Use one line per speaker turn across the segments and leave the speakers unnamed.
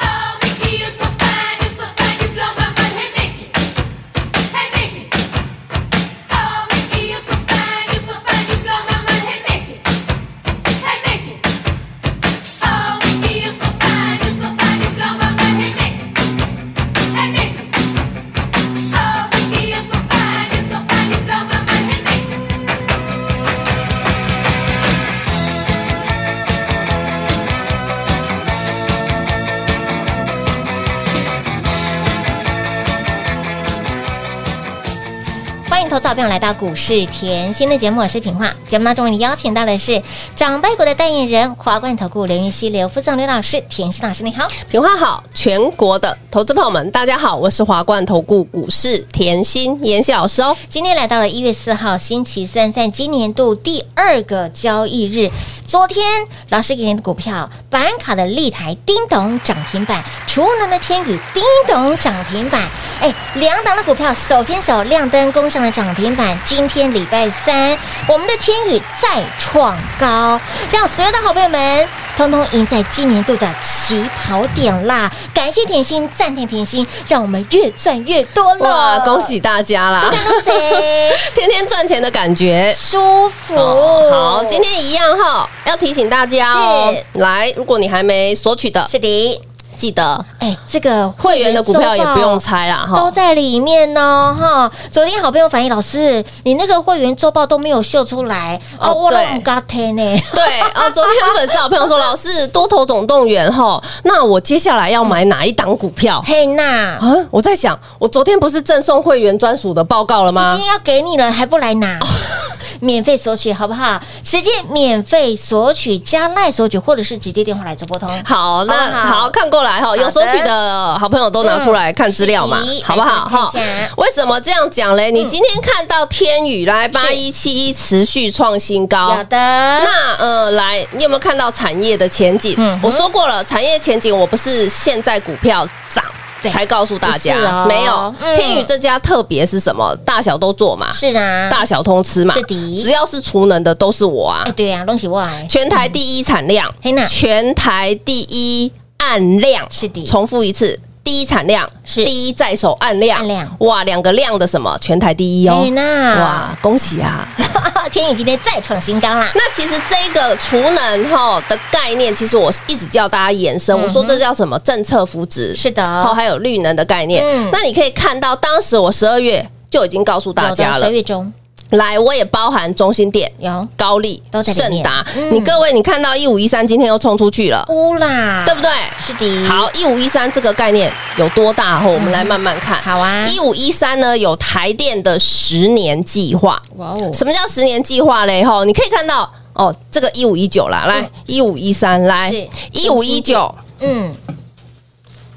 Oh, Mickey, you're so fine, you're so fine, you blow my mind. Hey, Mickey, hey, Mickey. Oh, Mickey, you're so fine, you're so fine, you blow my mind. Hey, Mickey, hey, Mickey. Oh, Mickey, you're so fine, you're so fine, you blow my mind. Hey, Mickey, hey, Mickey. Oh, Mickey, you're so fine, you're so fine, you blow my mind. Hey, Mickey.
欢迎投资好朋友来到股市甜心的节目，我是平化。节目当中，为你邀请到的是长辈股的代言人华冠投顾刘云熙、刘副总、刘老师、甜心老师，你好。
平花好，全国的投资朋友们，大家好，我是华冠投顾股市甜心妍希老师哦。
今天来到了一月四号星期三，在今年度第二个交易日，昨天老师给您的股票，板卡的立台叮咚涨停板，除能的天宇叮咚涨停板，哎，两档的股票手牵手亮灯攻上了涨停板。今天礼拜三，我们的天宇再创高，让所有的好朋友们。通通赢在今年度的起跑点啦！感谢甜心，赞叹甜心，让我们越赚越多了。
哇，恭喜大家啦！
谁
天天赚钱的感觉。
舒服、
哦好，今天一样哈，要提醒大家哦。来，如果你还没索取的，
是的，
记得
哎，这个
会员的股票也不用猜啦
都
哈。
在里面哦，哈！昨天好朋友反映老师，你那个会员周报都没有秀出来
哦
哦，我都
对
很高天呢。
对啊，昨天粉丝好朋友说，老师多头总动员哈，那我接下来要买哪一档股票
嘿娜，
啊？我在想，我昨天不是赠送会员专属的报告了
已
吗
经？要给你了，还不来 拿？免费索取好不好？直接免费索取，加赖索取，或者是直接电话来做拨通。
好，
好
那
不哦好
好看过来哈，有索取的好朋友都拿出来看资料嘛
嗯是，的
好不好
来
哈
看一下？嗯
为什么这样讲嘞？你今天看到天宇来八一七一持续创新高
有。的，
那呃，来，你有没有看到产业的前景？
嗯哼
我说过了，产业前景我不是现在股票涨
对
才告诉大家，
不是哦
没有。
嗯
天宇这家特别是什么？大小都做嘛，
是啊，
大小通吃嘛
是，的
只要是储能的都是我啊
哎，，对呀、啊，恭喜我哎，
全台第一产量
嘿呐，
全台第一按量，
是的
重复一次，第一产量
是
第一在手按量，
按量
哇，两个量的什么，全台第一哦
嘿，娜，
哇，恭喜啊！
哇， 天宇今天再创新高啦！
那其实这个储能哈的概念，其实我一直叫大家延伸，我说这叫什么政策扶植，
嗯是的
然后还有绿能的概念
嗯。
那你可以看到，当时我十二月就已经告诉大家
有的
了
十，月中
来，我也包含中心店。
有
高丽
都、在里
盛
面
达，
嗯
你各位，你看到一五一三今天又冲出去了，
乌啦，
对不对？
是的，，
好，一五一三这个概念有多大？哈，我们来慢慢看。
好啊
一五一三呢有台电的十年计划。
哇哦，
什么叫十年计划嘞？哈，你可以看到哦，这个一五一九啦，来一五一三，1513, 来
嗯是
一五一九，
嗯，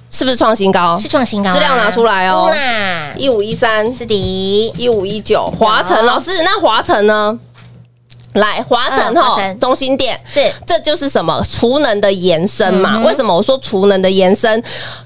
是不是创新高
是？创新高啊，
哦资料拿出来哦
乌啦，
一五一三，
是的，
一五一九，华
有
晨老师，那华晨呢？来，华晨
嗯华
哈，
晨
中心店
是
这就是什么储能的延伸嘛？
嗯
为什么我说储能的延伸？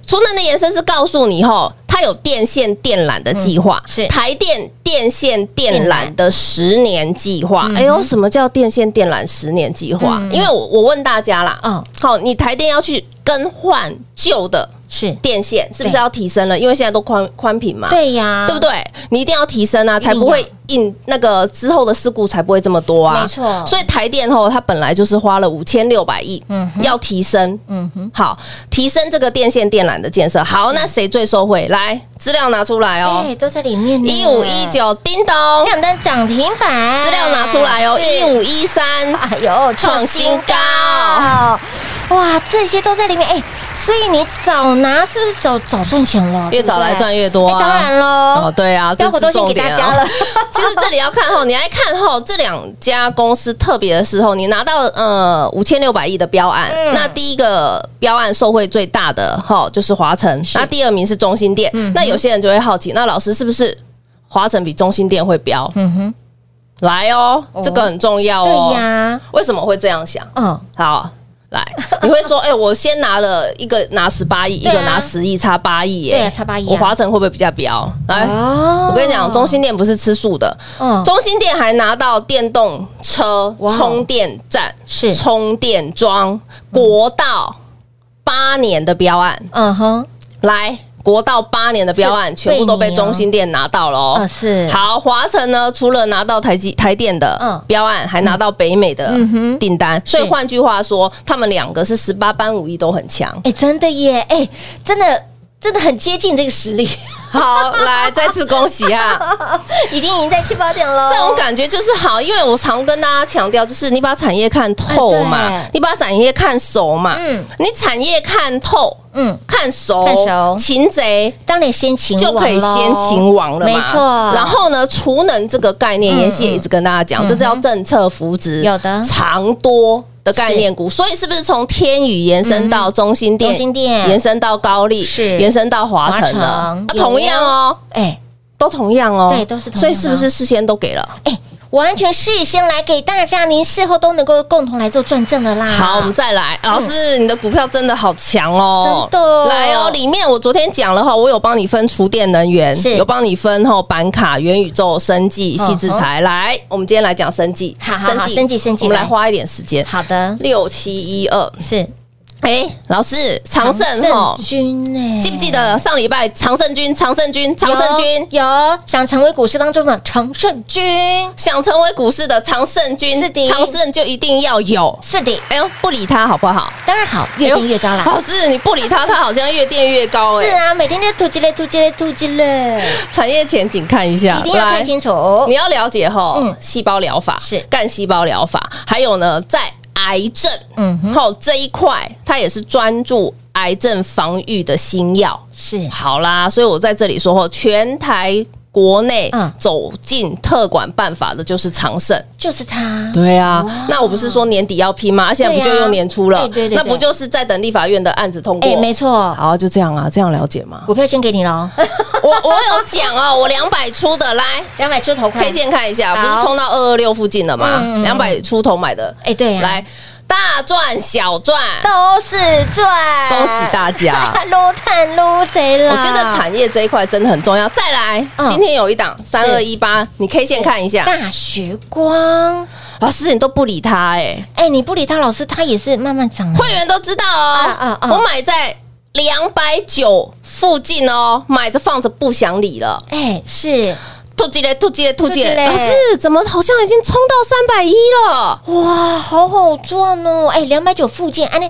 储能的延伸是告诉你吼，它有电线电缆的计划，
嗯是
台电电线电
电
缆
缆
的十年计划。
嗯
哎呦，什么叫电线电缆十年计划？因为我我问大家啦，
嗯
嗯，好，你台电要去更换旧的
是，
电线，是不是
对
要提升了？因为现在都宽宽频嘛，
对呀，
对不？对？你一定要提升啊，
啊定要
才不会应那个之后的事故才不会这么多啊。
没错
所以台电吼，它本来就是花了五千六百亿，
嗯
嗯，要提升，
嗯哼，
好，提升这个电线电缆的建设。好，那谁最受惠？来，资料拿出来哦，
哎，都在里面呢，
一五一九，叮咚，
亮灯涨停板，
资料拿出来哦，
是
一，五一三，
哎呦，
创新高。
哇，这些都在里面哎，所以你早拿是不是早早赚钱了？
越早来赚越多
对不对哎
啊！
当然
哦，
喽，
对啊，这
待会
是
都先
重
给
点
大
啊
家了。
其实这里要看哈，你来看哈，这两家公司特别的时候，你拿到呃五千六百亿的标案，
嗯
那第一个标案受惠最大
嗯
的哈就是华晨，那第二名是中心店。那有些人就会好奇，那老师是不是？华晨比中心店会飙。
嗯哼，
来哦
哦，
这个很重要哦。
对呀，
为什么会这样想？
哦，
好，来，你会说，哎、我先拿了一个拿十八亿，一
对啊
个拿十亿，差八亿耶，
对啊差8亿啊
我华晨会不会比较彪？来，
哦
哎我跟你讲，中心店不是吃素的，
嗯
中心店还拿到电动车
哇哦
充电站、
是
充电桩、国道八年的标案，
嗯哼，
来，国道八年的标案
是贝
全部都被
尼哦
中心店拿到了哦。
哦是
好，华晨呢，除了拿到台积台电
嗯
的标案，还拿到北美的
嗯哼
订单，所以
是。
换句话说，他们两个是十八般武艺都很强
哎，真的耶，哎，真的真的很接近这个实 力，
好，来再次恭喜啊！
已经赢在起跑点喽。
这种感觉就是好，因为我常跟大家强调，就是你把产业看透嘛
哎对，
你把产业看熟嘛，
嗯
你产业看透、
嗯，
看熟、
看熟
擒贼
当然先擒
就可以
王咯
先擒王了嘛。
没错。
然后呢，储能这个概念，
嗯
妍希也一直跟大家
嗯
讲，这叫政策扶植，
有的
长多。的概念股，所以是不是从天宇延伸到中心
嗯
店，
中兴电
延伸到高丽，
是
延伸到华晨
华
了？
城
那同样哦，
哎
都同样哦，
对都是同样哦
所以是不是事先都给了？
哎，完全事先来给大家，您事后都能够共同来做转正的啦。
好，我们再来，老师，你的股票真的好强哦，
真的
来哦，里面我昨天讲了哈，我有帮你分厨电能源
是，
有帮你分哈板卡、元宇宙、生技、
嗯
细制材。来，我们今天来讲生技，
好好好生技生技
我们来
来
花一点时间。
好的，
六七一二，
是
哎，老师，长盛哈，
君呢？
记不记得上礼拜长盛军、长盛军、长盛军？
有有想成为股市当中的常胜军？
想成为股市的长盛军，
是的
长盛就一定要有。
是的，
哎呦，不理他好不好？
当然好，
哎
越垫越高啦。
老师，你不理他，他好像越垫越高哎、
是啊，每天就突击嘞，突击嘞，突击嘞，
产业前景看一下，
一定要看清楚
你。要了解哈，
嗯
细胞疗法
是
干细胞疗法，还有呢，在癌症，
嗯哼
好这一块，它也是专注癌症防御的新药。
是
好啦，所以我在这里说吼，全台国内
嗯
走进特管办法的就是长盛。
就是他，
对啊，那我不是说年底要批吗？啊现在不就
对啊
又年初了？
对对对
那不
对
就是在等立法院的案子通过？
哎，没错，
好，就这样啊，这样了解 吗？
股票先给你 喽，
我我有讲哦，我两百出的，来
两百出头看
K 线看一下，
好
不是冲到二二六附近了吗
嗯嗯嗯？
两百出头买的，
哎，对呀，
来大赚小赚，
都是赚，！
恭喜大家
撸探撸贼了。
我觉得产业这一块真的很重要。再来
嗯，
今天有一档三二一八，你 K 线看一下，
大学光，
老师你都不理他哎，
哎，你不理他，老师他也是慢慢涨的，
会员都知道
啊啊
哦，
啊
我买在两百九附近哦，买着放着不想理了。
哎，是
突击嘞，突击嘞，突
突击
击
嘞
嘞！老师，怎么好像已经冲到三百一了？
哇，好好赚哦，哎，两百九附近，安尼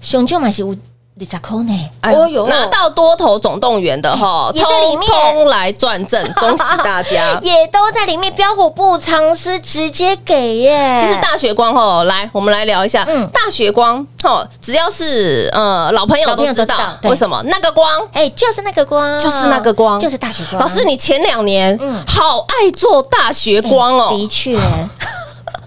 熊就嘛是五二十块呢，
哎呦，拿到多头总动员的哈，
哦嗯也在里面
通通来转正，恭喜 大家！
哎也都在里面，标股不藏私，直接给耶。
其实大学光吼，来，我们来聊一下。
嗯
大学光吼，只要是呃老朋友
老朋
都
友
知
都知道
道，
对
为什么那个光？
哎，就是那个光，
就是那个光
就是大学光。
老师，你前两年
嗯
好爱做大学光
哎
哦
的， 确，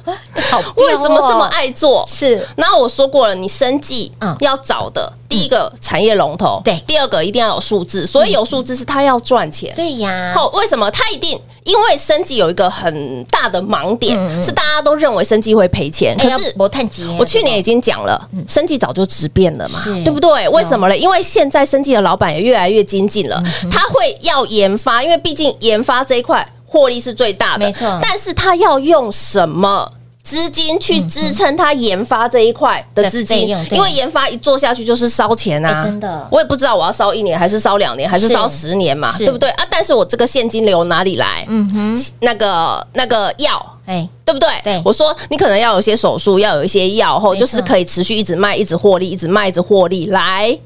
好彪哦，
为什么这么爱做？
是
那我说过了，你生计
嗯
要找的第一个产业龙头，
对嗯
第二个一定要有数字，所以有数字是他要赚钱。
对呀，
后为什么它一定？因为生计有一个很大的盲点，
嗯嗯
是大家都认为生计会赔钱，
哎
可是。
博探节，
我去年已经讲了，生计早就质变了嘛
嗯是，
对不对？为什么嘞？因为现在生计的老板也越来越精进了，
嗯
他会要研发，因为毕竟研发这一块获利是最大的，
没错
但是他要用什么？资金去支撑他研发这一块的资
的费
金
用，嗯对
因为研发一做下去就是烧钱啊，
哎真的
我也不知道我要烧一年还是烧两年还是
是
烧十年嘛，
是
对不对啊？但是我这个现金流哪里来？
嗯哼，
那个那个药
哎，
对不对？
对
我说你可能要有一些手术，要有一些药后，
没错
就是可以持续一直卖，一直获利，一直卖，一直获利来。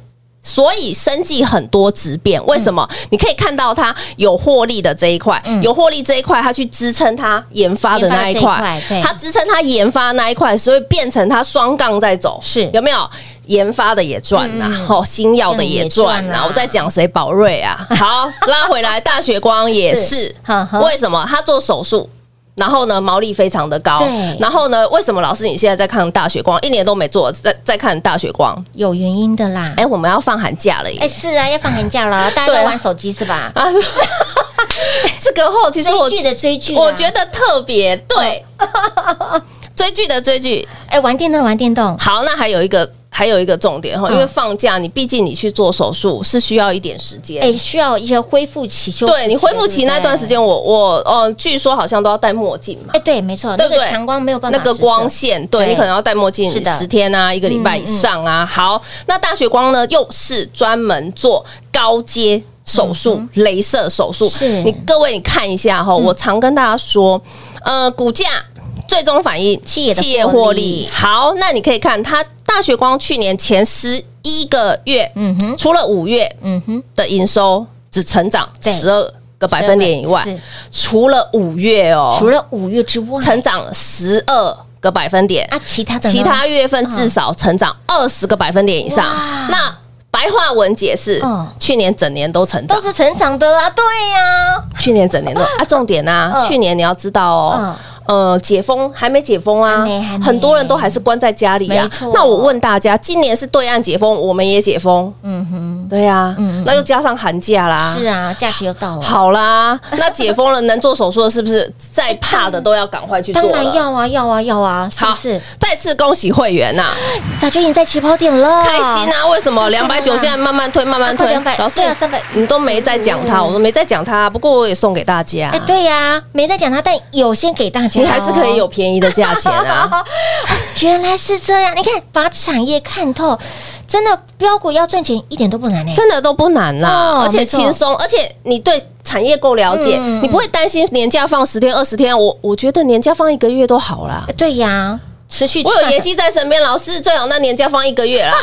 所以生计很多质变，为什
嗯
么？你可以看到它有获利的这一块，有获利这一块，它去支撑它研发的那一
研发的
块
这一块对，
它支撑它研发那一块，所以变成它双杠在走，
是
有没有？研发的也赚呐、
嗯
吼、新药的也赚
也
呐、
赚啊
我在讲谁？宝瑞啊， 好，拉回来，大雪光也
是
是
呵呵，
为什么他做手术？然后呢，毛利非常的高。
对
然后呢，为什么老师你现在在看大雪光，一年都没做，在在看大雪光？
有原因的啦。
哎，我们要放寒假了耶！
哎，是啊，要放寒假了，大家
对
都
啊
玩手机是吧？
啊， 这个后其实我
追剧的追剧啊，
我觉得特别对， 追剧的追剧。
哎，玩电动的玩电动，
好，那还有一个还有一个重点哈，
嗯
因为放假你毕竟你去做手术是需要一点时间。
哎，需要一些恢复期修。
对你恢复期那段时，间，我我呃，据说好像都要戴墨镜嘛
哎，，对，没错，
对
那
不对
个强光没有办法
那
直射，
个光线，对
对
你可能要戴墨镜
是的嗯
十天啊，一个礼拜以上啊。好，那大血光呢，又是专门做高阶手术、镭射手术。
嗯是嗯
你各位你看一下哈、我常跟大家说，呃，股价。最终反映
企业的获
获
利
利。好，那你可以看它大血光去年前十一个月，
嗯哼，
除了五月
嗯哼，
的营收只成长
对
十二个百分点以外
是，
除了五月哦，
除了五月之外，
成长十二个百分点，
啊，其他的呢
其他月份至少成长二十个百分点以上
哇。
那白话文解释
嗯，
去年整年都成长
都，是成长的啊，对呀、
去年整年都啊，重点啊，
嗯
去年你要知道哦。呃，解封还没解封啊
还没还，没
很多人都还是关在家里啊
没错。
那我问大家，今年是对岸解封，我们也解封，
嗯哼，
对啊
嗯嗯嗯，
那又加上寒假啦，
是啊，假期又到了，，
好啦，那解封了，能做手术的是不是再怕的都要赶快去做
当
了？
然要啊，要啊，要啊，是不
好
是？，
再次恭喜会员啊呐、
早就已经在起跑点了，
开心
哦
啊！为什么
真
两
的
百
啦
九现在慢慢推，慢慢推
快200？
老师
对啊300，
你都没在讲它，我说没在讲它，不过我也送给大家
嗯哎、。对呀、没在讲它，但有先给大家、
你还是可以有。便宜的价钱 啊！
原来是这样，你看把产业看透，真的标股要赚钱一点都不难哎、
真的都不难啦
哦，
而且
没错
轻松，而且你对产业够了解
嗯嗯嗯，
你不会担心年假放十天、二十天。我我觉得年假放一个月都 好啦。
对呀、持续
我有
赚
妍希在身边，老师最好那年假放一个 月啦。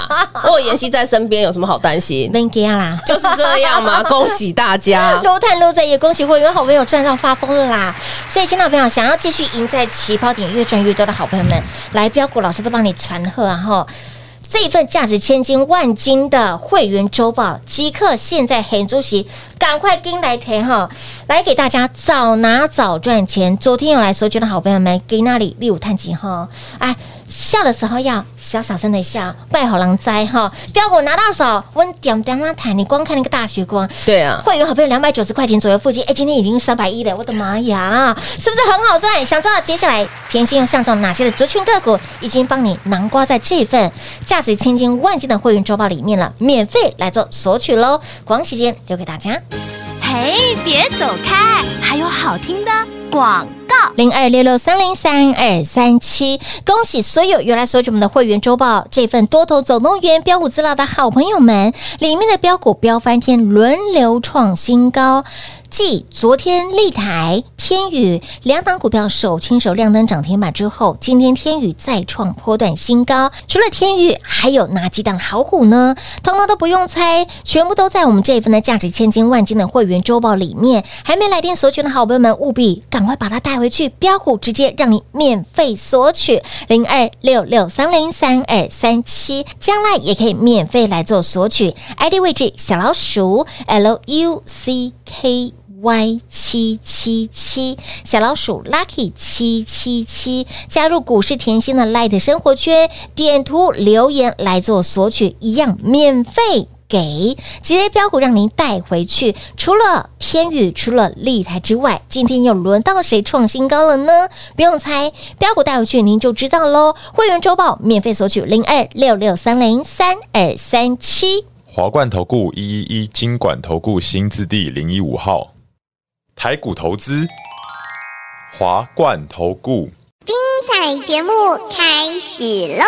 我有妍希在身边，有什么好担心？
没给啊啦，
就是这样嘛，恭喜大 家！
撸碳撸在也恭喜会员好朋友赚到发疯了啦！所以，亲爱的朋友，想要继续赢在起跑点，越赚越多的好朋友们，来标股老师都帮你传贺啊！吼，这一份价值千金万金的会员周报，即刻现在很主席赶快跟来填哈，来给大家早拿早赚钱。昨天有来索取的好朋友们，给那里六探几哈，哎。笑的时候要小小声的笑，拜好狼灾哈！标股拿到手，温点点啊谈，你光看那个大学光，
对啊，
会员好朋友两百九十块钱左右附近，哎，今天已经三百一了，我的妈呀，是不是很好赚？想知道接下来甜心要上涨哪些的族群个股，已经帮你囊括在这份价值千金万金的会员周报里面了，免费来做索取喽！广喜间留给大家。
嘿，别走开，还有好听的广告。
零二六六三零三二三七。恭喜所有原来索取我们的会员周报这份多头总动员标股资料的好朋友们，里面的标股飙翻天，轮流创新高。继昨天立台、天宇两档股票手牵手亮灯涨停板之后，今天天宇再创波段新高。除了天宇，还有哪几档好股呢？通通都不用猜，全部都在我们这一份的价值千金万金的会员周报里面。还没来电索取的好朋友们，务必赶快把它带回去，标股直接让你免费索取零二六六三零三二三七，将来也可以免费来做索取，ID 位置小老鼠 L U C K。Y 七七七小老鼠 Lucky 七七七，加入股市甜心的 Light 生活圈，点图留言来做索取，一样免费。给直接标股让您带回去，除了天宇，除了立台之外，今天又轮到谁创新高了呢？不用猜，标股带回去您就知道喽。会员周报免费索取零二六六三零三二三七。
华冠投顾一一一金管投顾新字第零一五号，台股投资，华冠投顾。
彩节目开始喽！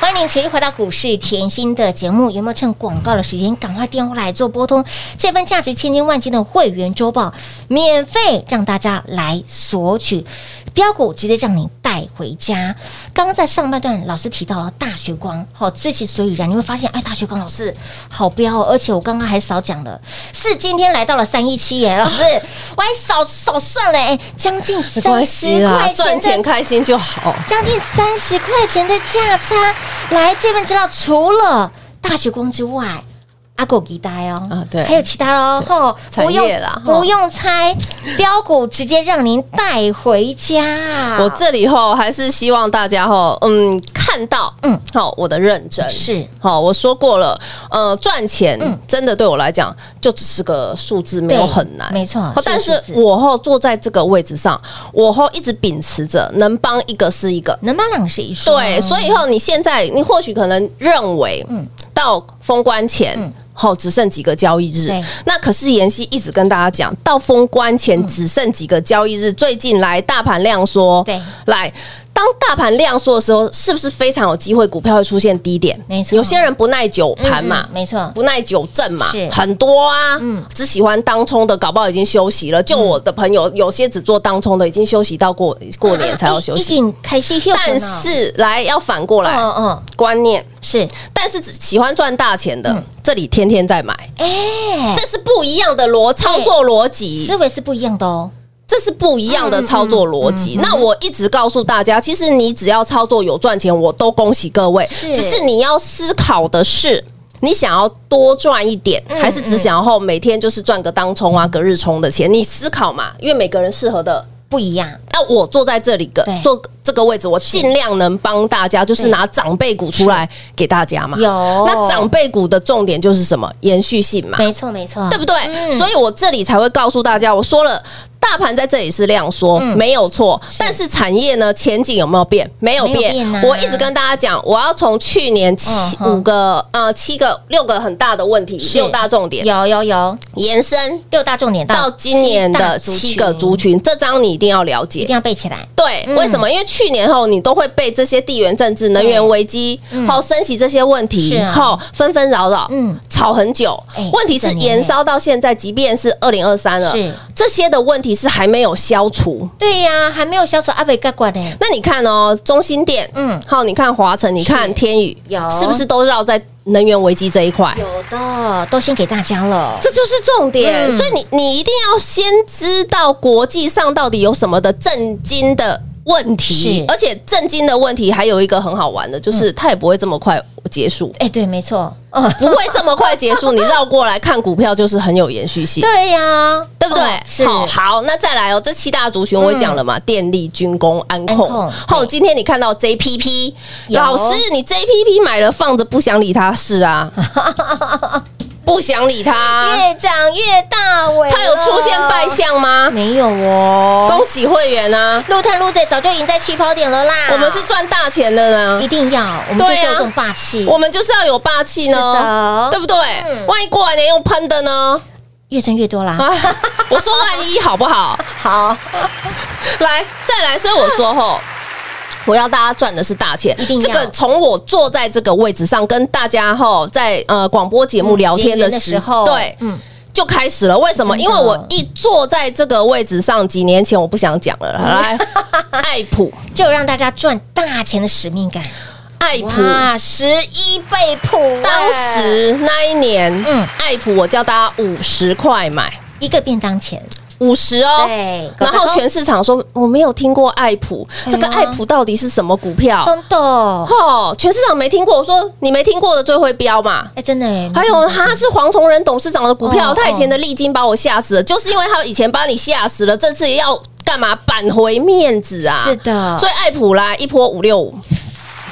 欢迎您持续回到股市甜心的节目，有没有趁广告的时间赶快电话来做拨通？这份价值千金万金的会员周报，免费让大家来索取，标股直接让你带回家。刚刚在上半段老师提到了大学光，好、哦，这其所以然，你会发现，哎，大学光老师好标、哦，而且我刚刚还少讲了，是今天来到了三一七耶，老师，我还少少算了，哎，将近
没关
三
系
十
啦
块，钱
赚
的
钱开心就好。
将近三十块钱的价差。来，这份资料除了大学光之外，阿狗吉呆哦，
啊对
还有其他哦，吼，
产
不用
业啦吼
不用猜，标股直接让您带回家。
我这里吼还是希望大家吼，嗯，看到，
嗯
嗯，好，我的认真
是
好，我说过了，呃，赚钱
嗯
真的对我来讲就只是个数字，没有
对
很难，
没错
好
是
但
数
是
字
我后坐在这个位置上，我后一直秉持着能帮一个是一个，
能帮两是一说，
对，所以后你现在你或许可能认为，
哦嗯
到封关前。
嗯
好，只剩几个交易日
对。
那可是妍希一直跟大家讲，到封关
嗯
前只剩几个交易日。最近来大盘量缩，
对，
来当大盘量缩的时候，是不是非常有机会股票会出现低点？
没错
有些人不耐久盘嘛
嗯，嗯没错，
不耐久症嘛
是，
很多啊，
嗯
只喜欢当冲的，搞不好已经休息了。就我的朋友，
嗯
有些只做当冲的，已经休息到过过年才要休
一
息。
定开始 休息呢，
但是来要反过来、
嗯嗯
观念，
是，
但是只喜欢赚大钱的，这里天天在买，
哎，
这是不一样的逻操作逻辑
思，维是不一样的哦，
这是不一
嗯
样的操作逻辑。那我一直告诉大家，其实你只要操作有赚钱，我都恭喜各位，
是
只是你要思考的是。你想要多赚一点，
嗯
还是只想要后每天就是赚个当冲啊、隔日冲的钱？你思考嘛，因为每个人适合的
不一样，
那我坐在这里个
对
坐这个位置，我尽量能帮大家，就是拿长辈股出来给大家嘛。
有
那长辈股的重点就是什么？延续性嘛，
没错嗯没错，
啊对不对？所以我这里才会告诉大家，我说了。大盘在这里是量缩，
嗯
没有错，但是产业呢前景有没有变？没有
没有
变。
变啊
我一直跟大家讲，我要从去年七、
嗯哼
五个呃七个六个很大的问题，
是
六大重点
有有有
延伸
六大重点
到今年的七个族，群，这张你一定要了解
一。定要背起来，
对，
嗯
为什么？因为去年后你都会被这些地缘政治、能源危机、后升息这些问
嗯是
题，
啊
后纷纷扰扰，
嗯
吵很久
哎。
问题是
整年
延烧到现在，即便是二零二三了
是，
这些的问题是还没有消除。
对呀，还没有销售阿北盖管呢，
那你看哦，中心店，
嗯
嗯，好，你看华晨，你看天宇，
有
是不是都绕在能源危机这一块？
有的都先给大家了，
这就是重点。
嗯
所以你你一定要先知道国际上到底有什么的震惊的问题
是，。
而且震惊的问题还有一个很好玩的，就是它也不会这么快结束
哎，对，没错，嗯，
不会这么快结束，你绕过来看股票就是很有延续性，
对呀，
对不对
哦？是，嗯
好好，那再来哦，这七大族群我也讲了嘛，电力、军工、安
安控
控。好，
对
今天你看到 JPP，
有
老师，你 JPP 买了放着不想理它是 啊，不想理它，
越长越大尾了，
它有出现败象吗？
没有哦？
恭喜会员啊，
陆探陆贼早就赢在起跑点了啦，
我们是赚大钱的
一
呢，
定要，我们就是
对啊
有这种霸气，
我们就是要有霸气
是的嗯
呢，对不对？万一过来年用喷的呢？
越赚越多啦。
啊，我说万一好不好？
好，
来，再来，所以我说吼。我要大家赚的是大钱
一定，要
这个从我坐在这个位置上跟大家吼在呃广播节目聊天的
结缘
时
候，
对，
嗯，
就开始了。为什么？
真
因
的
为我一坐在这个位置上，几年前我不想讲了 啦。来，爱普，
就让大家赚大钱的使命感。
爱普，
哇，十一倍普哎，
当时那一年，
嗯
嗯，爱普我叫大家五十块买，
一个便当钱，
五十哦。
对
然后全市场说我没有听过爱普，
哎呀
这个爱普到底是什么股票？
真的哦，
哦，全市场没听过。我说你没听过的最会标嘛。
哎，真的哎，
还有，他是黄崇仁董事长的股
哦
票，他以前
哦
的历经把我吓死了，就是因为他以前把你吓死了，这次要干嘛扳回面子啊？
是的
所以爱普来一波五六五，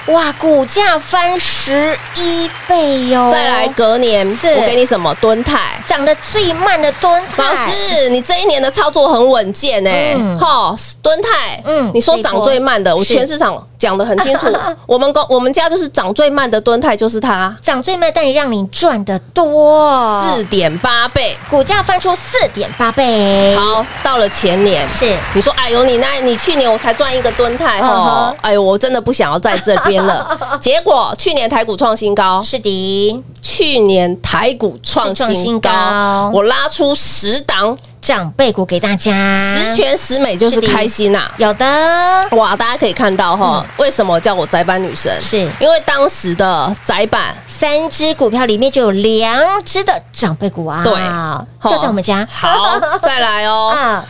哇，股价翻十一倍哟，
再来隔年
哦是
我给你什么敦泰，
涨得最慢的蹲泰，
老师，你这一年的操作很稳健哎、
嗯
哈、敦泰，
嗯
嗯，你说涨最慢的，我
是
全市场讲的很清楚， 我们公我们家就是涨最慢的敦泰就是它，
涨最慢，但也让你赚得多，
四点八倍。
股价翻出四点八倍，
好，到了前年。
是
你说，哎呦，你那，你去年我才赚一个蹲泰
嗯
哦
哼，
哎呦，我真的不想要在这边了。 结果去年台股创新高，
是的，
去年台股创
是创
新
新
高
高，
我拉出十档，
长辈股给大家
十全十美就是
是的
开心啊呐、
有的
哇，大家可以看到哈，为什么叫我宅版女神？
嗯是
因为当时的宅版
三只股票里面就有两只的长辈股啊，
对
就在我们家。
好，再来哦。
啊，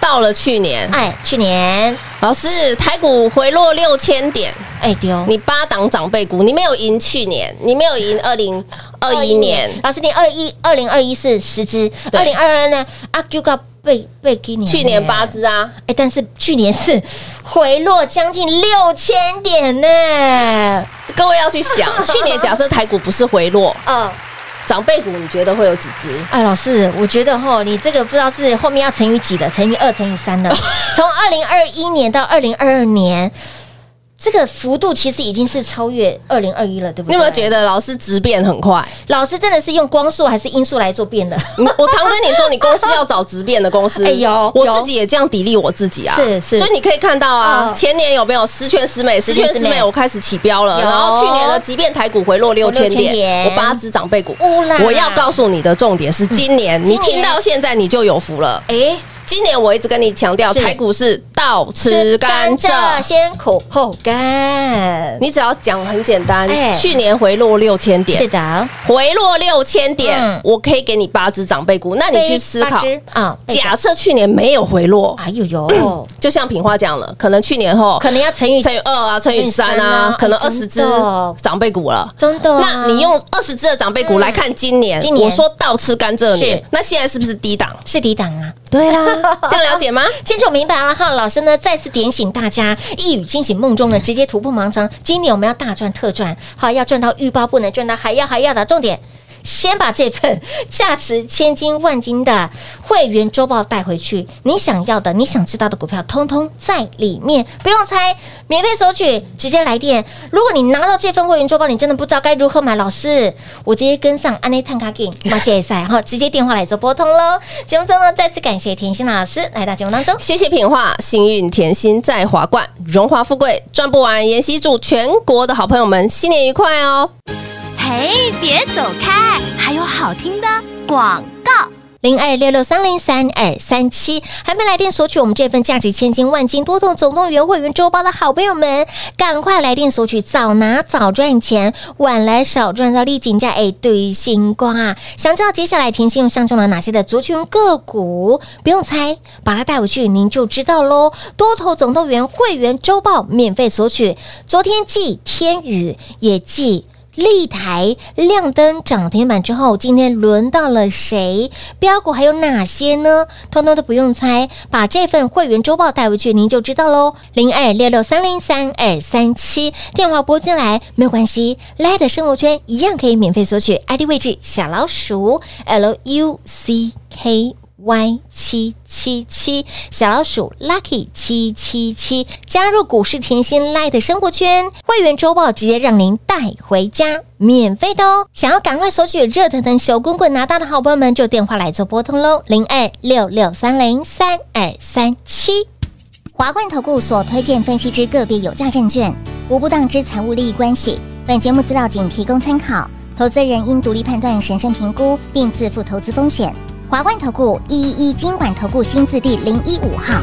到了去年，
哎，去年
老师台股回落六千点，
哎丢，
你八档长辈股，你没有赢去年，你没有赢二零21年
老师，你二一二零二一是十只，二零二二呢？阿 Q 哥被被给你，
去年八，只啊，
哎，但是去年是回落将近六千点呢，
各位要去 想，去年假设台股不是回落，
哦。
长辈股你觉得会有几只？
哎，老师，我觉得吼，你这个不知道是后面要乘以几的，乘以二，乘以三 的。从二零二一年到二零二二年，这个幅度其实已经是超越二零二一了，对不对？
你有没有觉得老师质变很快？
老师真的是用光速还是因素来做变的？
你嗯我常跟你说，你公司要找直变的公司。
哎有
我
有
自己也这样砥砺我自己啊。
是是
所以你可以看到啊，
嗯
前年有没有十全十美？十全
十
十
全十美
美，我开始起标了。
有
然后去年呢，即便台股回落六千
6000点
点，我八只长辈股
乌啦。
我要告诉你的重点是，今年
今
你
年
听到现在你就有福了。
哎，
今年我一直跟你强调，
是
台股是倒吃甘蔗。
先苦后甘。
你只要讲很简单
哎，
去年回落六千点
是，的，
回落六千点
嗯，
我可以给你八只长辈股，那你去思
八
考
只啊，背
哎假设去年没有回落
着，哎呦呦，
就像品花讲了，可能去年后
可能要乘以
乘以二啊，乘以三
乘以三啊
啊，可能
哎
二十只
真的
长辈股了。
真的啊。嗯
那你用二十只的长辈股来看今年，
今年
我说倒吃甘蔗年
是，
那现在是不是低 档？
是抵挡啊？
对 啦，这样了解吗？
清楚明白了哈，老师呢再次点醒大家，一语惊醒梦中呢，直接突破盲肠。今年我们要大赚特赚，好要赚到欲罢不能，赚到还要还要的。重点，先把这份价值千金万金的会员周报带回去，你想要的、你想知道的股票，通通在里面，不用猜，免费索取，直接来电。如果你拿到这份会员周报，你真的不知道该如何买，老师，我直接跟上安内探卡给马谢赛哈，直接电话来做拨通喽。节目中呢，再次感谢甜心老师来到节目当中。
谢谢品画，幸运甜心在华冠，荣华富贵赚不完。妍希祝全国的好朋友们新年愉快哦！
嘿，别走开，还有好听的广告。
零二六六三零三二三七，还没来电索取我们这份价值千金万金多头总动员会员周报的好朋友们，赶快来电索取，早拿早赚钱，晚来少赚到立井价。哎，对星光啊，想知道接下来甜心又上中了哪些的族群个股？不用猜，把它带回去您就知道喽。多头总动员会员周报免费索取，昨天记天宇也记。立台亮灯涨停板之后，今天轮到了谁？标股还有哪些呢？通通都不用猜，把这份会员周报带回去，您就知道喽。零二六六三零三二三七电话拨进来没有关系，来的生活圈一样可以免费索取，ID 位置小老鼠 L U C K。Y 七七七小老鼠 Lucky 七七七加入股市甜心 Light 的生活圈，会员周报直接让您带回家，免费的哦！想要赶快索取热腾腾手滚滚拿到的好朋友们，就电话来做拨通喽，零二六六三零三二三七。
华冠投顾所推荐分析之个别有价证券，无不当之财务利益关系。本节目资料仅提供参考，投资人应独立判断、审慎评估，并自负投资风险。华冠投顾一一一金管投顾新字第零一五号。